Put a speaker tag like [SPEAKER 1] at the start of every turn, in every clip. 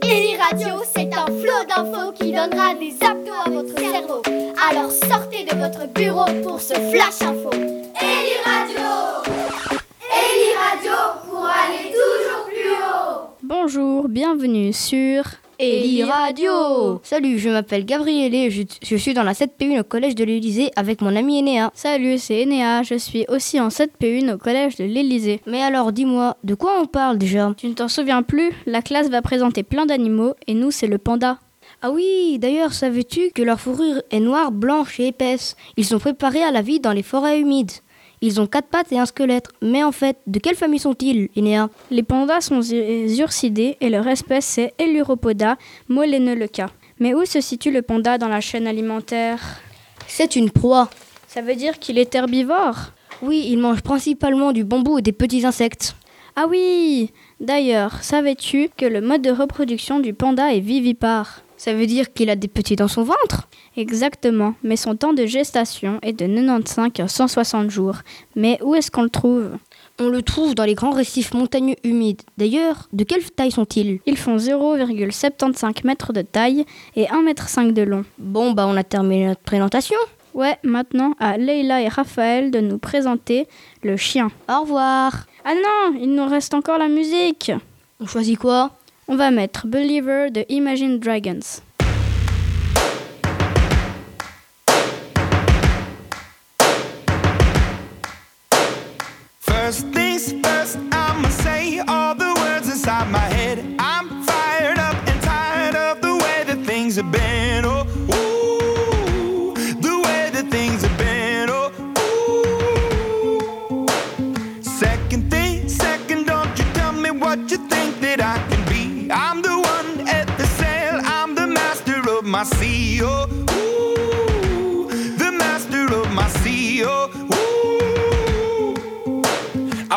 [SPEAKER 1] Billy Radio, c'est un flot d'infos qui donnera des abdos à votre cerveau. Alors sortez de votre bureau pour ce flash info.
[SPEAKER 2] Eli Radio Eli Radio pour aller toujours plus haut
[SPEAKER 3] Bonjour, bienvenue sur
[SPEAKER 4] Eli Radio.
[SPEAKER 3] Salut, je m'appelle Gabriel et je, je suis dans la 7P1 au collège de l'Élysée avec mon ami Enéa.
[SPEAKER 4] Salut, c'est Enéa, je suis aussi en 7P1 au collège de l'Élysée.
[SPEAKER 3] Mais alors dis-moi, de quoi on parle déjà
[SPEAKER 4] Tu ne t'en souviens plus La classe va présenter plein d'animaux et nous c'est le panda.
[SPEAKER 3] Ah oui, d'ailleurs, savais-tu que leur fourrure est noire, blanche et épaisse Ils sont préparés à la vie dans les forêts humides. Ils ont quatre pattes et un squelette. Mais en fait, de quelle famille sont-ils, Inéa
[SPEAKER 4] Les pandas sont des ursidés et leur espèce c'est Eluropoda molenoleuca. Mais où se situe le panda dans la chaîne alimentaire
[SPEAKER 3] C'est une proie.
[SPEAKER 4] Ça veut dire qu'il est herbivore
[SPEAKER 3] Oui, il mange principalement du bambou et des petits insectes.
[SPEAKER 4] Ah oui D'ailleurs, savais-tu que le mode de reproduction du panda est vivipare
[SPEAKER 3] Ça veut dire qu'il a des petits dans son ventre
[SPEAKER 4] Exactement, mais son temps de gestation est de 95 à 160 jours. Mais où est-ce qu'on le trouve
[SPEAKER 3] On le trouve dans les grands récifs montagneux humides. D'ailleurs, de quelle taille sont-ils
[SPEAKER 4] Ils font 0,75 mètres de taille et 1,5 m de long.
[SPEAKER 3] Bon, bah on a terminé notre présentation.
[SPEAKER 4] Ouais, maintenant à Leila et Raphaël de nous présenter le chien.
[SPEAKER 3] Au revoir.
[SPEAKER 4] Ah non, il nous reste encore la musique.
[SPEAKER 3] On choisit quoi
[SPEAKER 4] On va mettre Believer de Imagine Dragons.
[SPEAKER 5] First things first, I'ma say all the words inside my head. I'm fired up and tired of the way that things have been. Oh, ooh, the way that things have been. Oh, ooh. Second thing, second, don't you tell me what you think that I can be. I'm the one at the sail, I'm the master of my sea. Oh, ooh, the master of my sea. Oh, ooh. I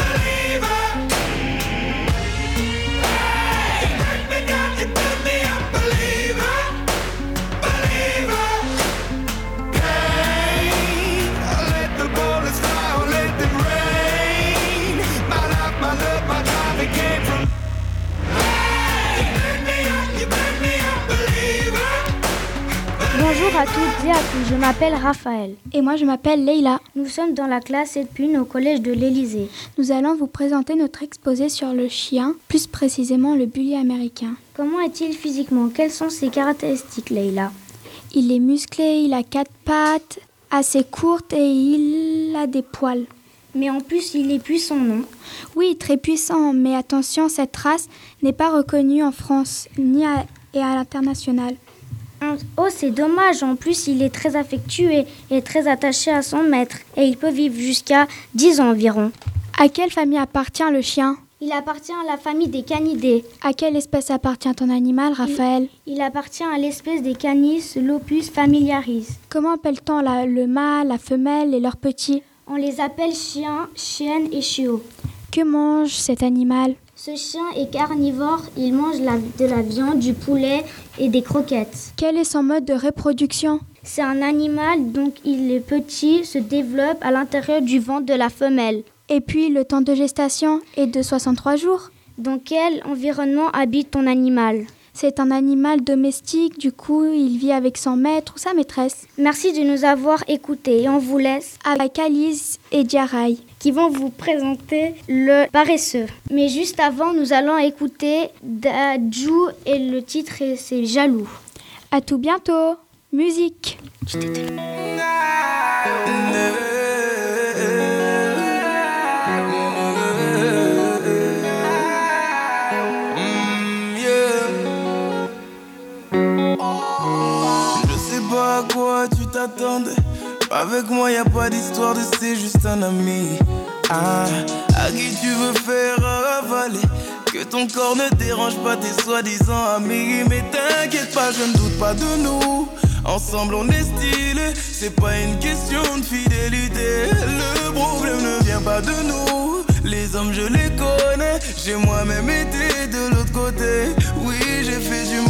[SPEAKER 5] believer. Hey, you broke me down, you built me a believer, believer. Let the bullets fly or let them rain. My life, my love, my drive, it came from. Hey, you made me up, you made me a believer.
[SPEAKER 6] Bonjour à toutes et à tous, je m'appelle Raphaël.
[SPEAKER 7] Et moi, je m'appelle Leila.
[SPEAKER 6] Nous sommes dans la classe Edpune au collège de l'Élysée.
[SPEAKER 7] Nous allons vous présenter notre exposé sur le chien, plus précisément le bully américain.
[SPEAKER 6] Comment est-il physiquement Quelles sont ses caractéristiques, Leïla
[SPEAKER 7] Il est musclé, il a quatre pattes, assez courtes et il a des poils.
[SPEAKER 6] Mais en plus, il est puissant, non
[SPEAKER 7] Oui, très puissant, mais attention, cette race n'est pas reconnue en France ni à- et à l'international.
[SPEAKER 6] Hum, Oh, c'est dommage, en plus, il est très affectueux et très attaché à son maître. Et il peut vivre jusqu'à 10 ans environ.
[SPEAKER 7] À quelle famille appartient le chien
[SPEAKER 6] Il appartient à la famille des canidés.
[SPEAKER 7] À quelle espèce appartient ton animal, Raphaël
[SPEAKER 6] Il appartient à l'espèce des canis Lopus familiaris.
[SPEAKER 7] Comment appelle-t-on la- le mâle, la femelle et leurs petits
[SPEAKER 6] On les appelle chiens, chiennes et chiots.
[SPEAKER 7] Que mange cet animal
[SPEAKER 6] Ce chien est carnivore, il mange la- de la viande, du poulet et des croquettes.
[SPEAKER 7] Quel est son mode de reproduction
[SPEAKER 6] C'est un animal, donc il est petit, se développe à l'intérieur du ventre de la femelle,
[SPEAKER 7] Et puis le temps de gestation est de 63 jours.
[SPEAKER 6] dans quel environnement habite ton animal.
[SPEAKER 7] C'est un animal domestique, du coup il vit avec son maître ou sa maîtresse,
[SPEAKER 6] Merci de nous avoir écoutés et on vous laisse
[SPEAKER 7] avec Alice et Diaraï.
[SPEAKER 6] qui vont vous présenter le paresseux. Mais juste avant, nous allons écouter Dajou et le titre est- c'est Jaloux.
[SPEAKER 7] À tout bientôt Musique
[SPEAKER 8] Je sais pas à quoi tu t'attendais. Avec moi, y a pas d'histoire de c'est juste un ami. Ah, à qui tu veux faire avaler Que ton corps ne dérange pas tes soi-disant amis. Mais t'inquiète pas, je ne doute pas de nous. Ensemble, on est stylé. C'est pas une question de fidélité. Le problème ne vient pas de nous. Les hommes, je les connais. J'ai moi-même été de l'autre côté. Oui, j'ai fait du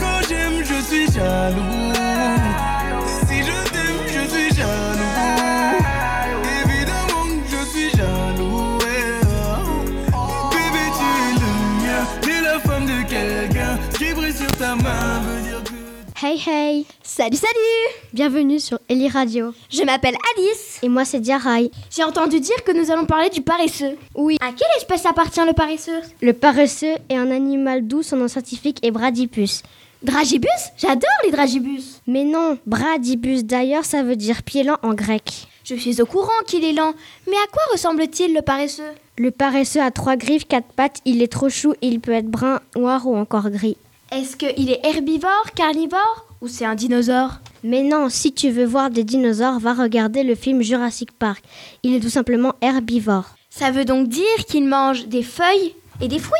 [SPEAKER 8] Quand j'aime, je suis jaloux. Si je t'aime, je suis jaloux. Évidemment que je suis jaloux. ouais. oh. Bébé, tu es le mien, t'es la femme de quelqu'un. Ce qui brille sur ta main veut dire que.
[SPEAKER 6] Hey hey
[SPEAKER 2] Salut, salut
[SPEAKER 6] Bienvenue sur Eli Radio.
[SPEAKER 2] Je m'appelle Alice.
[SPEAKER 6] Et moi c'est Diarai.
[SPEAKER 2] J'ai entendu dire que nous allons parler du paresseux.
[SPEAKER 6] Oui,
[SPEAKER 2] À quelle espèce appartient le paresseux
[SPEAKER 6] le paresseux est un animal doux, son nom scientifique est Bradipus.
[SPEAKER 2] Dragibus J'adore les dragibus.
[SPEAKER 6] Mais non, Bradibus d'ailleurs ça veut dire pied lent en grec.
[SPEAKER 2] Je suis au courant qu'il est lent, mais à quoi ressemble-t-il le paresseux
[SPEAKER 6] Le paresseux a trois griffes, quatre pattes, il est trop chou, il peut être brun, noir ou encore gris.
[SPEAKER 2] Est-ce qu'il est herbivore, carnivore ou c'est un dinosaure
[SPEAKER 6] Mais non, si tu veux voir des dinosaures, va regarder le film Jurassic Park. Il est tout simplement herbivore.
[SPEAKER 2] Ça veut donc dire qu'il mange des feuilles et des fruits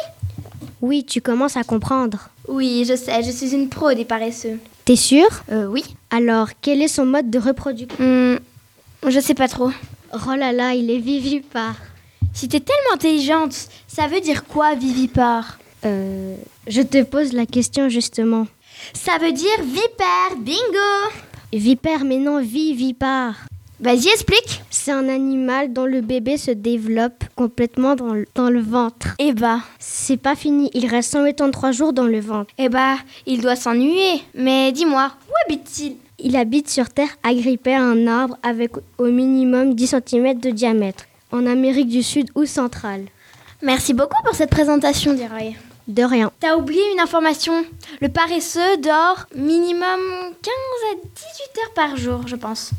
[SPEAKER 6] Oui, tu commences à comprendre.
[SPEAKER 2] Oui, je sais, je suis une pro des paresseux.
[SPEAKER 6] T'es sûr
[SPEAKER 2] Euh, oui.
[SPEAKER 6] Alors, quel est son mode de reproduction
[SPEAKER 2] Hmm, je sais pas trop.
[SPEAKER 6] Oh là là, il est vivipare.
[SPEAKER 2] Si t'es tellement intelligente, ça veut dire quoi, vivipare
[SPEAKER 6] Euh, je te pose la question justement.
[SPEAKER 2] Ça veut dire vipère, bingo
[SPEAKER 6] Vipère, mais non vivipare.
[SPEAKER 2] Vas-y, explique
[SPEAKER 6] C'est un animal dont le bébé se développe complètement dans le, dans le ventre.
[SPEAKER 2] Eh bah,
[SPEAKER 6] C'est pas fini, il reste 183 jours dans le ventre.
[SPEAKER 2] eh bah, il doit s'ennuyer. Mais dis-moi, où habite-t-il
[SPEAKER 6] Il habite sur Terre agrippé à un arbre avec au minimum 10 cm de diamètre, en Amérique du Sud ou centrale.
[SPEAKER 2] Merci beaucoup pour cette présentation, Diray.
[SPEAKER 6] De rien.
[SPEAKER 2] T'as oublié une information. Le paresseux dort minimum 15 à 18 heures par jour, je pense.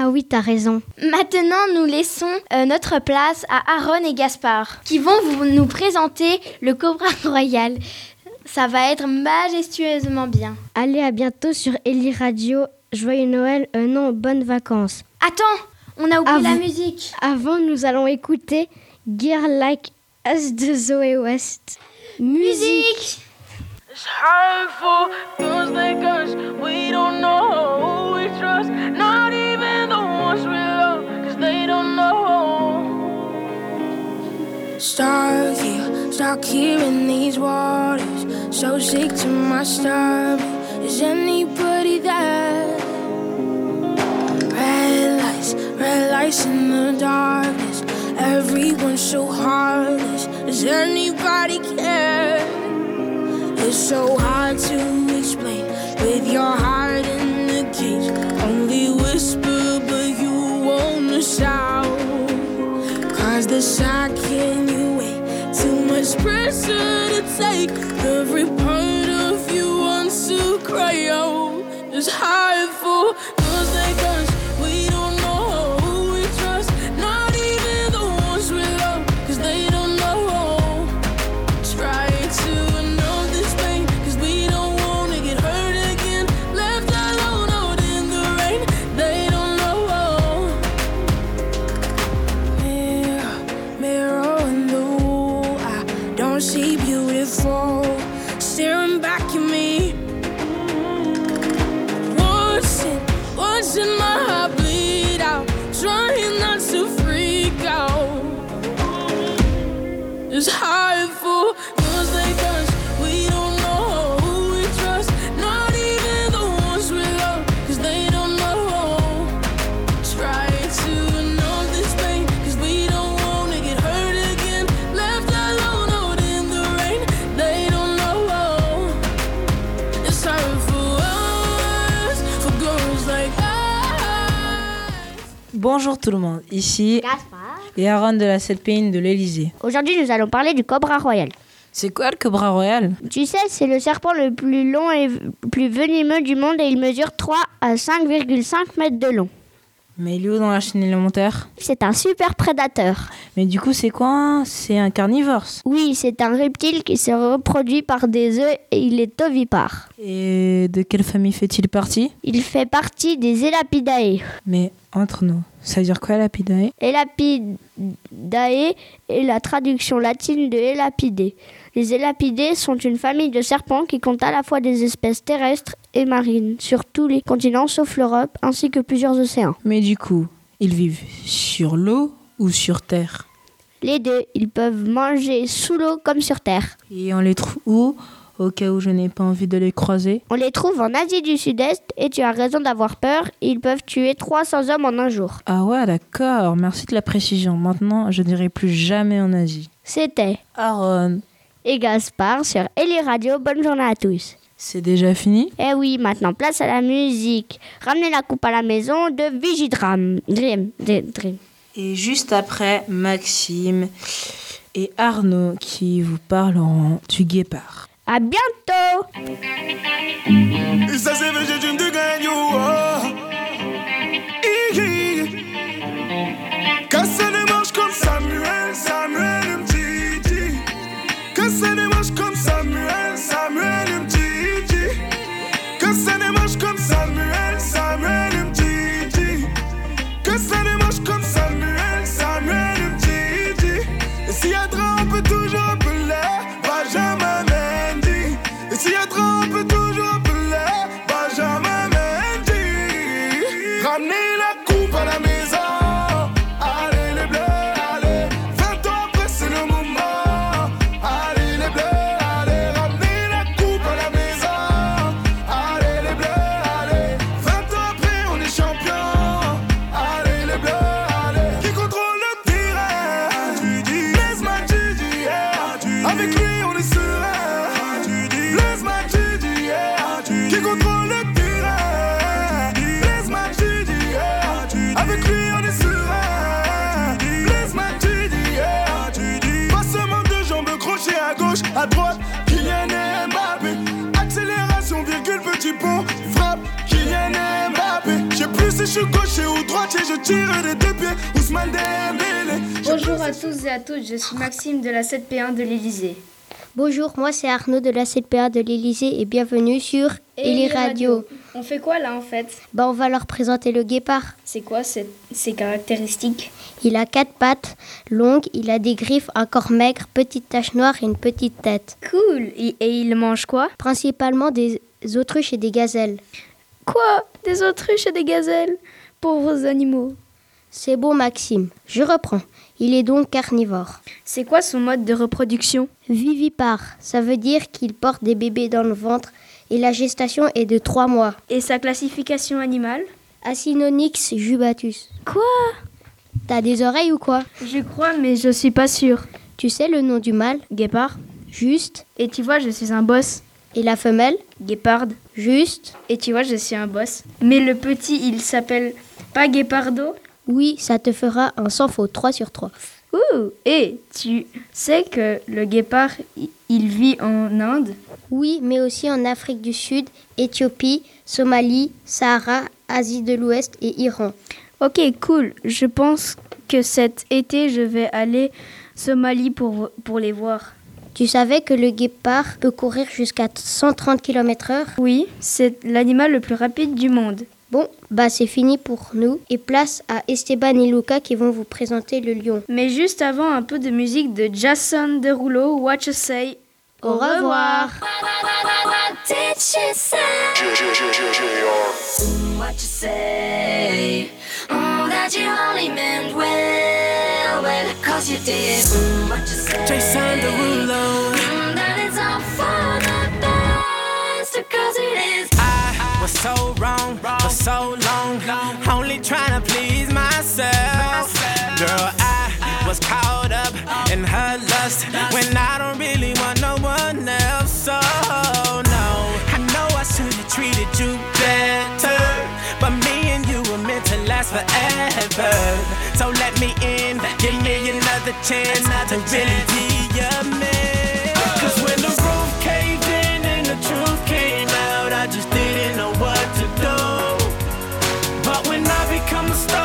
[SPEAKER 6] Ah oui, t'as raison.
[SPEAKER 2] Maintenant, nous laissons euh, notre place à Aaron et Gaspard, qui vont vous- nous présenter le Cobra Royal. Ça va être majestueusement bien.
[SPEAKER 6] Allez, à bientôt sur Eli Radio. Joyeux Noël, euh, non, bonnes vacances.
[SPEAKER 2] Attends, on a oublié
[SPEAKER 6] Ah,
[SPEAKER 2] la
[SPEAKER 6] vous-
[SPEAKER 2] musique.
[SPEAKER 6] Avant, nous allons écouter Gear Like Us de Zoé West.
[SPEAKER 2] Musique
[SPEAKER 9] It's hurtful, guns they guns. We don't know who we trust. Not even the ones we love, cause they don't know. Stuck here, stuck here in these waters. So sick to my stomach. Is anybody there? Red lights, red lights in the darkness. Everyone's so heartless. Does anybody care? It's so hard to explain with your heart in the cage. Only whisper, but you won't shout. Cause the shock in you wait. Too much pressure to take. Every part of you wants to cry out. It's hard for those like us. We don't know who we trust. Not even the ones we love. Cause they don't know try to numb this pain Cause we don't wanna get hurt again Left alone out in the rain They don't know Mirror, mirror in the wall I don't see beautiful Staring back at me Watching, watching my heart bleed out Trying not to freak out it's hard for those like us. We don't know who we trust. Not even the ones we love, cause they don't know. Try to numb this pain, cause we don't wanna get hurt again. Left alone out in the rain, they don't know. It's hard for us, for girls like us.
[SPEAKER 10] Bonjour tout le monde, ici et Aaron de la 7 de l'Elysée.
[SPEAKER 3] Aujourd'hui, nous allons parler du cobra royal.
[SPEAKER 10] C'est quoi le Cobra Royal
[SPEAKER 3] Tu sais, c'est le serpent le plus long et v- plus venimeux du monde et il mesure 3 à 5,5 mètres de long.
[SPEAKER 10] Mais il est où dans la chaîne élémentaire
[SPEAKER 11] C'est un super prédateur.
[SPEAKER 10] Mais du coup, c'est quoi C'est un carnivore
[SPEAKER 11] Oui, c'est un reptile qui se reproduit par des œufs et il est ovipare.
[SPEAKER 10] Et de quelle famille fait-il partie
[SPEAKER 11] Il fait partie des Elapidae.
[SPEAKER 10] Mais entre nous, ça veut dire quoi Elapidae
[SPEAKER 11] Elapidae est la traduction latine de Elapidé. Les Elapidés sont une famille de serpents qui compte à la fois des espèces terrestres et marines sur tous les continents sauf l'Europe ainsi que plusieurs océans.
[SPEAKER 10] Mais du coup, ils vivent sur l'eau ou sur terre
[SPEAKER 11] Les deux, ils peuvent manger sous l'eau comme sur terre.
[SPEAKER 10] Et on les trouve où au cas où je n'ai pas envie de les croiser
[SPEAKER 11] On les trouve en Asie du Sud-Est et tu as raison d'avoir peur, ils peuvent tuer 300 hommes en un jour.
[SPEAKER 10] Ah ouais, d'accord, merci de la précision. Maintenant, je n'irai plus jamais en Asie.
[SPEAKER 11] C'était
[SPEAKER 10] Aaron,
[SPEAKER 11] et Gaspard sur Eli Radio. Bonne journée à tous.
[SPEAKER 10] c'est déjà fini
[SPEAKER 11] Eh oui, maintenant place à la musique. Ramenez la coupe à la maison de Vigidram. Dream, dream, dream.
[SPEAKER 10] Et juste après, Maxime et Arnaud qui vous parleront du guépard.
[SPEAKER 11] À bientôt
[SPEAKER 2] Ça c'est vrai, j'ai une de gagner. Casse les manches comme Samuel, Samuel Mtiti. Casse les manches comme Samuel, Samuel Mtiti. Casse les manches comme Samuel, Samuel Mtiti. Casse les manches comme Samuel, Samuel Mtiti. Et s'il y a drame, on peut toujours appeler Benjamin Mendy. Et s'il y a drame, on peut toujours appeler Benjamin Mendy. Ramenez la coupe à la maison. Allez les bleus, allez. 20 ans après, c'est le moment. Allez les bleus, allez. Ramenez la coupe à la maison. Allez les bleus, allez. 20 ans après, on est champion. Allez les bleus, allez. Qui contrôle le terrain Blaise ma Gigi, yeah. eh. Avec lui, on est serein. Blaise ma Gigi, yeah. eh. Qui contrôle le terrain Blaise ma Gigi, yeah. eh. Avec lui, on est serein. Blaise ma Gigi, yeah. ah, Pas seulement deux jambes crochet à gauche, à droite. Kylian Mbappé. Accélération, virgule, petit pont. Frappe, Kylian Mbappé. Je sais plus si je suis gaucher ou droitier, je tire des deux pieds. Ousmane Dembélé.
[SPEAKER 12] Bonjour à tous et à toutes, je suis Maxime de la 7P1 de l'Élysée.
[SPEAKER 6] Bonjour, moi c'est Arnaud de la CPA de l'Elysée et bienvenue sur Eli Radio.
[SPEAKER 12] On fait quoi là en fait
[SPEAKER 6] Bah, on va leur présenter le guépard.
[SPEAKER 12] C'est quoi ces, ces caractéristiques
[SPEAKER 6] Il a quatre pattes longues, il a des griffes, un corps maigre, petites taches noires et une petite tête.
[SPEAKER 12] Cool Et il mange quoi
[SPEAKER 6] Principalement des autruches et des gazelles.
[SPEAKER 12] Quoi Des autruches et des gazelles Pauvres animaux.
[SPEAKER 6] C'est bon Maxime, je reprends. Il est donc carnivore.
[SPEAKER 12] C'est quoi son mode de reproduction
[SPEAKER 6] Vivipare, ça veut dire qu'il porte des bébés dans le ventre et la gestation est de 3 mois.
[SPEAKER 12] Et sa classification animale
[SPEAKER 6] Acinonyx jubatus.
[SPEAKER 12] Quoi
[SPEAKER 6] T'as des oreilles ou quoi
[SPEAKER 12] Je crois, mais je suis pas sûre.
[SPEAKER 6] Tu sais le nom du mâle
[SPEAKER 12] Guépard
[SPEAKER 6] Juste.
[SPEAKER 12] Et tu vois, je suis un boss.
[SPEAKER 6] Et la femelle
[SPEAKER 12] Guéparde.
[SPEAKER 6] Juste.
[SPEAKER 12] Et tu vois, je suis un boss. Mais le petit, il s'appelle pas Guépardo
[SPEAKER 6] Oui, ça te fera un sans faux 3 sur 3.
[SPEAKER 12] Ouh Et tu sais que le guépard, i- il vit en Inde
[SPEAKER 6] Oui, mais aussi en Afrique du Sud, Éthiopie, Somalie, Sahara, Asie de l'Ouest et Iran.
[SPEAKER 12] Ok, cool. Je pense que cet été, je vais aller Somalie pour, pour les voir.
[SPEAKER 6] Tu savais que le guépard peut courir jusqu'à 130 km/h
[SPEAKER 12] Oui, c'est l'animal le plus rapide du monde.
[SPEAKER 6] Bon, bah c'est fini pour nous et place à Esteban et Luca qui vont vous présenter le lion.
[SPEAKER 12] Mais juste avant, un peu de musique de Jason Derulo, What You Say.
[SPEAKER 6] Au revoir.
[SPEAKER 2] did she say? What you say? Mm, that you only meant well, well, cause you did. Mm, what you say?
[SPEAKER 13] Jason Derulo.
[SPEAKER 2] Mm, that it's all for the best, cause it is.
[SPEAKER 14] I was so wrong for so long, only trying to please myself. Girl, I was caught up in her lust when I don't really want no one else. So no, I know I should have treated you better, but me and you were meant to last forever. So let me in, give me another chance to really be your man. 'Cause when the roof caved in and the truth came out, I just didn't know what to do. But when I become a star,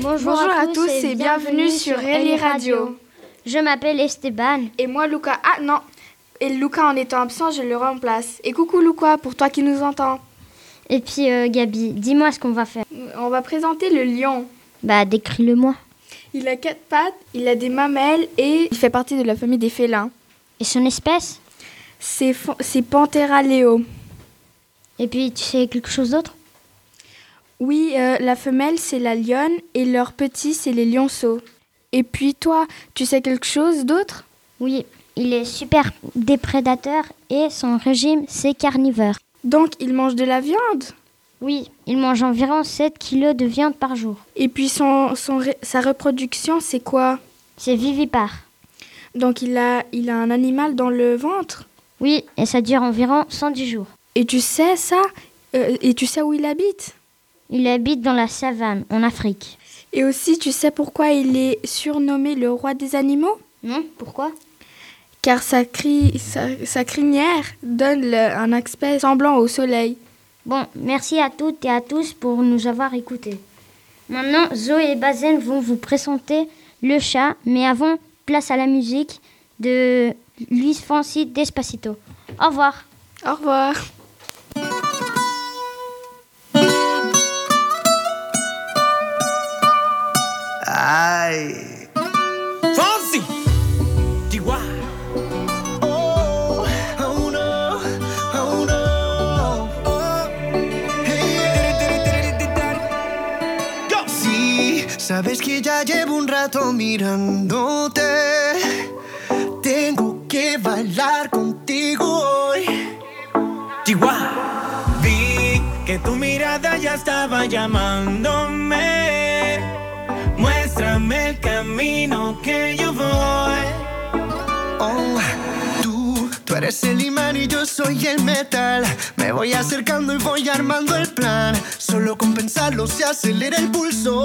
[SPEAKER 15] Bonjour, à, tous et bienvenue sur Eli Radio.
[SPEAKER 6] Je m'appelle Esteban.
[SPEAKER 15] Et moi, Luca. Ah non Et Luca, en étant absent, je le remplace. Et coucou, Luca, pour toi qui nous entends.
[SPEAKER 6] Et puis euh, Gabi, dis-moi ce qu'on va faire.
[SPEAKER 15] On va présenter le lion.
[SPEAKER 6] Bah décris-le-moi.
[SPEAKER 15] Il a quatre pattes, il a des mamelles et il fait partie de la famille des félins.
[SPEAKER 6] Et son espèce
[SPEAKER 15] C'est fo- c'est Panthera leo.
[SPEAKER 6] Et puis tu sais quelque chose d'autre
[SPEAKER 15] Oui, euh, la femelle, c'est la lionne et leur petit, c'est les lionceaux. Et puis toi, tu sais quelque chose d'autre
[SPEAKER 6] Oui, il est super déprédateur et son régime c'est carnivore.
[SPEAKER 15] Donc il mange de la viande
[SPEAKER 6] Oui, il mange environ 7 kilos de viande par jour.
[SPEAKER 15] Et puis son, son ré- sa reproduction, c'est quoi
[SPEAKER 6] C'est vivipare.
[SPEAKER 15] Donc il a, il a un animal dans le ventre
[SPEAKER 6] Oui, et ça dure environ 110 jours.
[SPEAKER 15] Et tu sais ça Euh, Et tu sais où il habite
[SPEAKER 6] Il habite dans la savane, en Afrique.
[SPEAKER 15] Et aussi, tu sais pourquoi il est surnommé le roi des animaux
[SPEAKER 6] Non, pourquoi
[SPEAKER 15] Car sa, cri- sa- sa crinière donne le- un aspect semblant au soleil.
[SPEAKER 6] Bon, merci à toutes et à tous pour nous avoir écoutés. Maintenant, Zoé et Bazen vont vous présenter le chat, mais avant, place à la musique de Luis Fonsi Despacito. Au revoir.
[SPEAKER 15] Au revoir.
[SPEAKER 5] Ay. Fonzie. DY. Oh, oh no, oh no. Oh. Hey, Go.
[SPEAKER 16] Sí, sabes que ya llevo un rato mirándote. Tengo que bailar contigo hoy.
[SPEAKER 14] Chihuahua. Vi que tu mirada ya estaba llamándome. Muéstrame el camino que yo voy.
[SPEAKER 16] Oh, tú, tú eres el imán y yo soy el metal. Me voy acercando y voy armando el plan. Solo con pensarlo se acelera el pulso.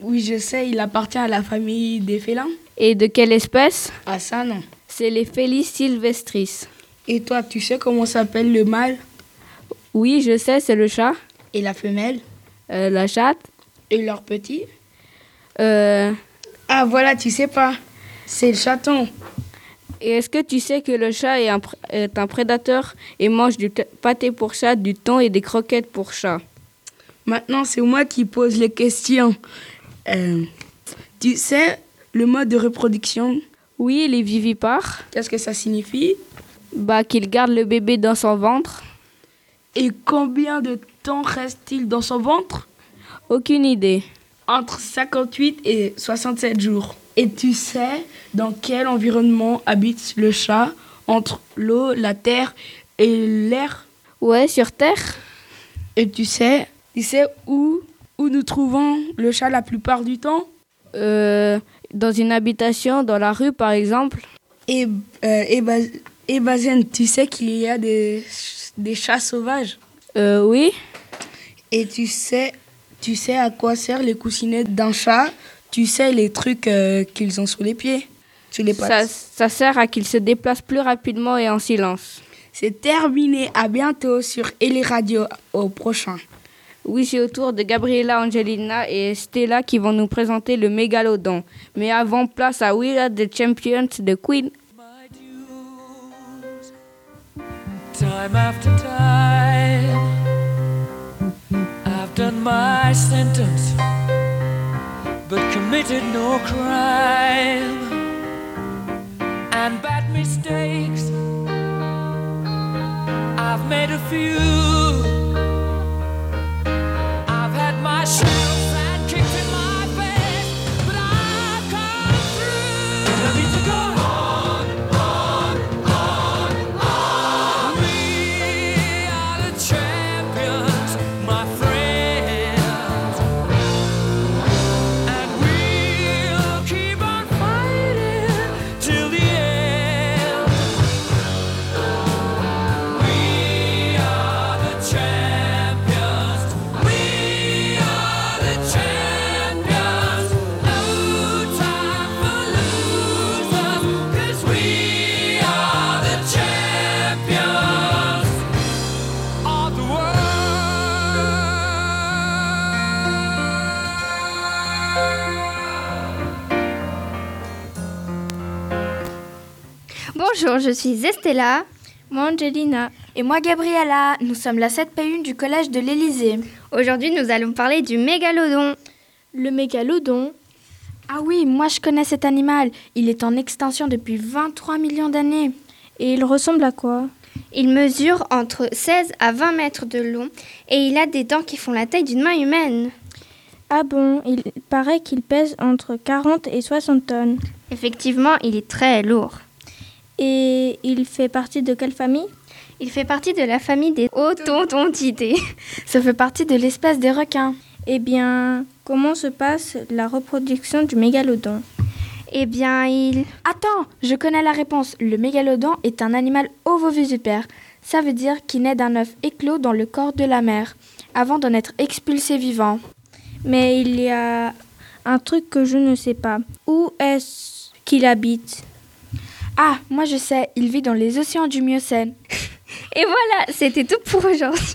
[SPEAKER 17] Oui, je sais, il appartient à la famille des félins.
[SPEAKER 12] Et de quelle espèce
[SPEAKER 17] Ah, ça, non.
[SPEAKER 12] C'est les Felis sylvestris.
[SPEAKER 17] Et toi, tu sais comment s'appelle le mâle
[SPEAKER 12] Oui, je sais, c'est le chat.
[SPEAKER 17] et la femelle
[SPEAKER 12] Euh, la chatte
[SPEAKER 17] et leur petit
[SPEAKER 12] Euh,
[SPEAKER 17] Ah, voilà, tu sais pas. C'est le chaton.
[SPEAKER 12] Et est-ce que tu sais que le chat est un, pr- est un prédateur et mange du t- pâté pour chat, du thon et des croquettes pour chat
[SPEAKER 17] Maintenant, c'est moi qui pose les questions. Euh, tu sais le mode de reproduction
[SPEAKER 12] Oui, les vivipares.
[SPEAKER 17] Qu'est-ce que ça signifie
[SPEAKER 12] Bah, qu'il garde le bébé dans son ventre
[SPEAKER 17] Et combien de temps reste-t-il dans son ventre
[SPEAKER 12] Aucune idée.
[SPEAKER 17] Entre 58 et 67 jours. Et tu sais dans quel environnement habite le chat Entre l'eau, la terre et l'air
[SPEAKER 12] Ouais, sur terre.
[SPEAKER 17] Et tu sais, tu sais où, où nous trouvons le chat la plupart du temps
[SPEAKER 12] Euh, dans une habitation, dans la rue par exemple.
[SPEAKER 17] Et, euh, et, Baz- et Bazen, bah, tu sais qu'il y a des, ch- des chats sauvages
[SPEAKER 12] Euh, oui.
[SPEAKER 17] Et tu sais, tu sais à quoi sert les coussinets d'un chat Tu sais les trucs euh, qu'ils ont sous les pieds Sous les
[SPEAKER 12] Ça,
[SPEAKER 17] pattes
[SPEAKER 12] ça sert à qu'il se déplace plus rapidement et en silence.
[SPEAKER 17] C'est terminé, à bientôt sur Eli Radio, au prochain.
[SPEAKER 12] Oui, c'est au tour de Gabriela Angelina et Stella qui vont nous présenter le mégalodon. Mais avant, place à We Are the Champions de Queen.
[SPEAKER 13] Time after time, my sentence, but committed no crime. And bad mistakes, I've made a few. I've had my shells and kicks in my face, but I've come through. And I need to go on, on, on, on. We are the champions, my friends. And we'll keep on fighting till the end. We are the champions. We are the champions. No time for losers, 'cause we are the champions of the world.
[SPEAKER 6] Bonjour, je suis Estella. Moi Angelina. Et moi Gabriella. Nous sommes la 7P1 du collège de l'Élysée. Aujourd'hui, nous allons parler du mégalodon. Le mégalodon
[SPEAKER 12] Ah oui, moi je connais cet animal. Il est en extinction depuis 23 millions d'années. Et il ressemble à quoi
[SPEAKER 6] Il mesure entre 16 à 20 mètres de long et il a des dents qui font la taille d'une main humaine.
[SPEAKER 18] Ah bon, il paraît qu'il pèse entre 40 et 60 tonnes.
[SPEAKER 6] Effectivement, il est très lourd.
[SPEAKER 18] Et il fait partie de quelle famille
[SPEAKER 6] Il fait partie de la famille des odontontidés.
[SPEAKER 18] Ça fait partie de l'espèce des requins. Eh bien, comment se passe la reproduction du mégalodon
[SPEAKER 12] Eh bien, il... Attends, je connais la réponse. Le mégalodon est un animal ovovivipère. Ça veut dire qu'il naît d'un œuf éclos dans le corps de la mère, avant d'en être expulsé vivant.
[SPEAKER 18] Mais il y a un truc que je ne sais pas. Où est-ce qu'il habite
[SPEAKER 12] Ah, moi je sais, il vit dans les océans du Miocène.
[SPEAKER 6] Et voilà, c'était tout pour aujourd'hui.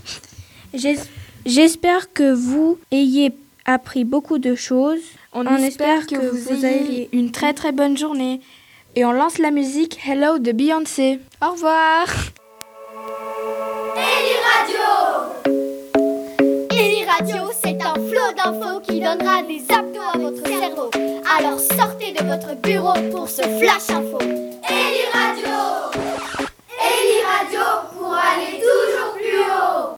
[SPEAKER 18] J'es- J'espère que vous ayez appris beaucoup de choses.
[SPEAKER 12] On, espère, que, vous, ayez une très très bonne journée. Et on lance la musique Hello de Beyoncé. Au revoir
[SPEAKER 19] Eli Radio Eli Radio, c'est un flot d'infos qui donnera des abdos à votre cerveau. Alors sortez de votre bureau pour ce flash info. Eli Radio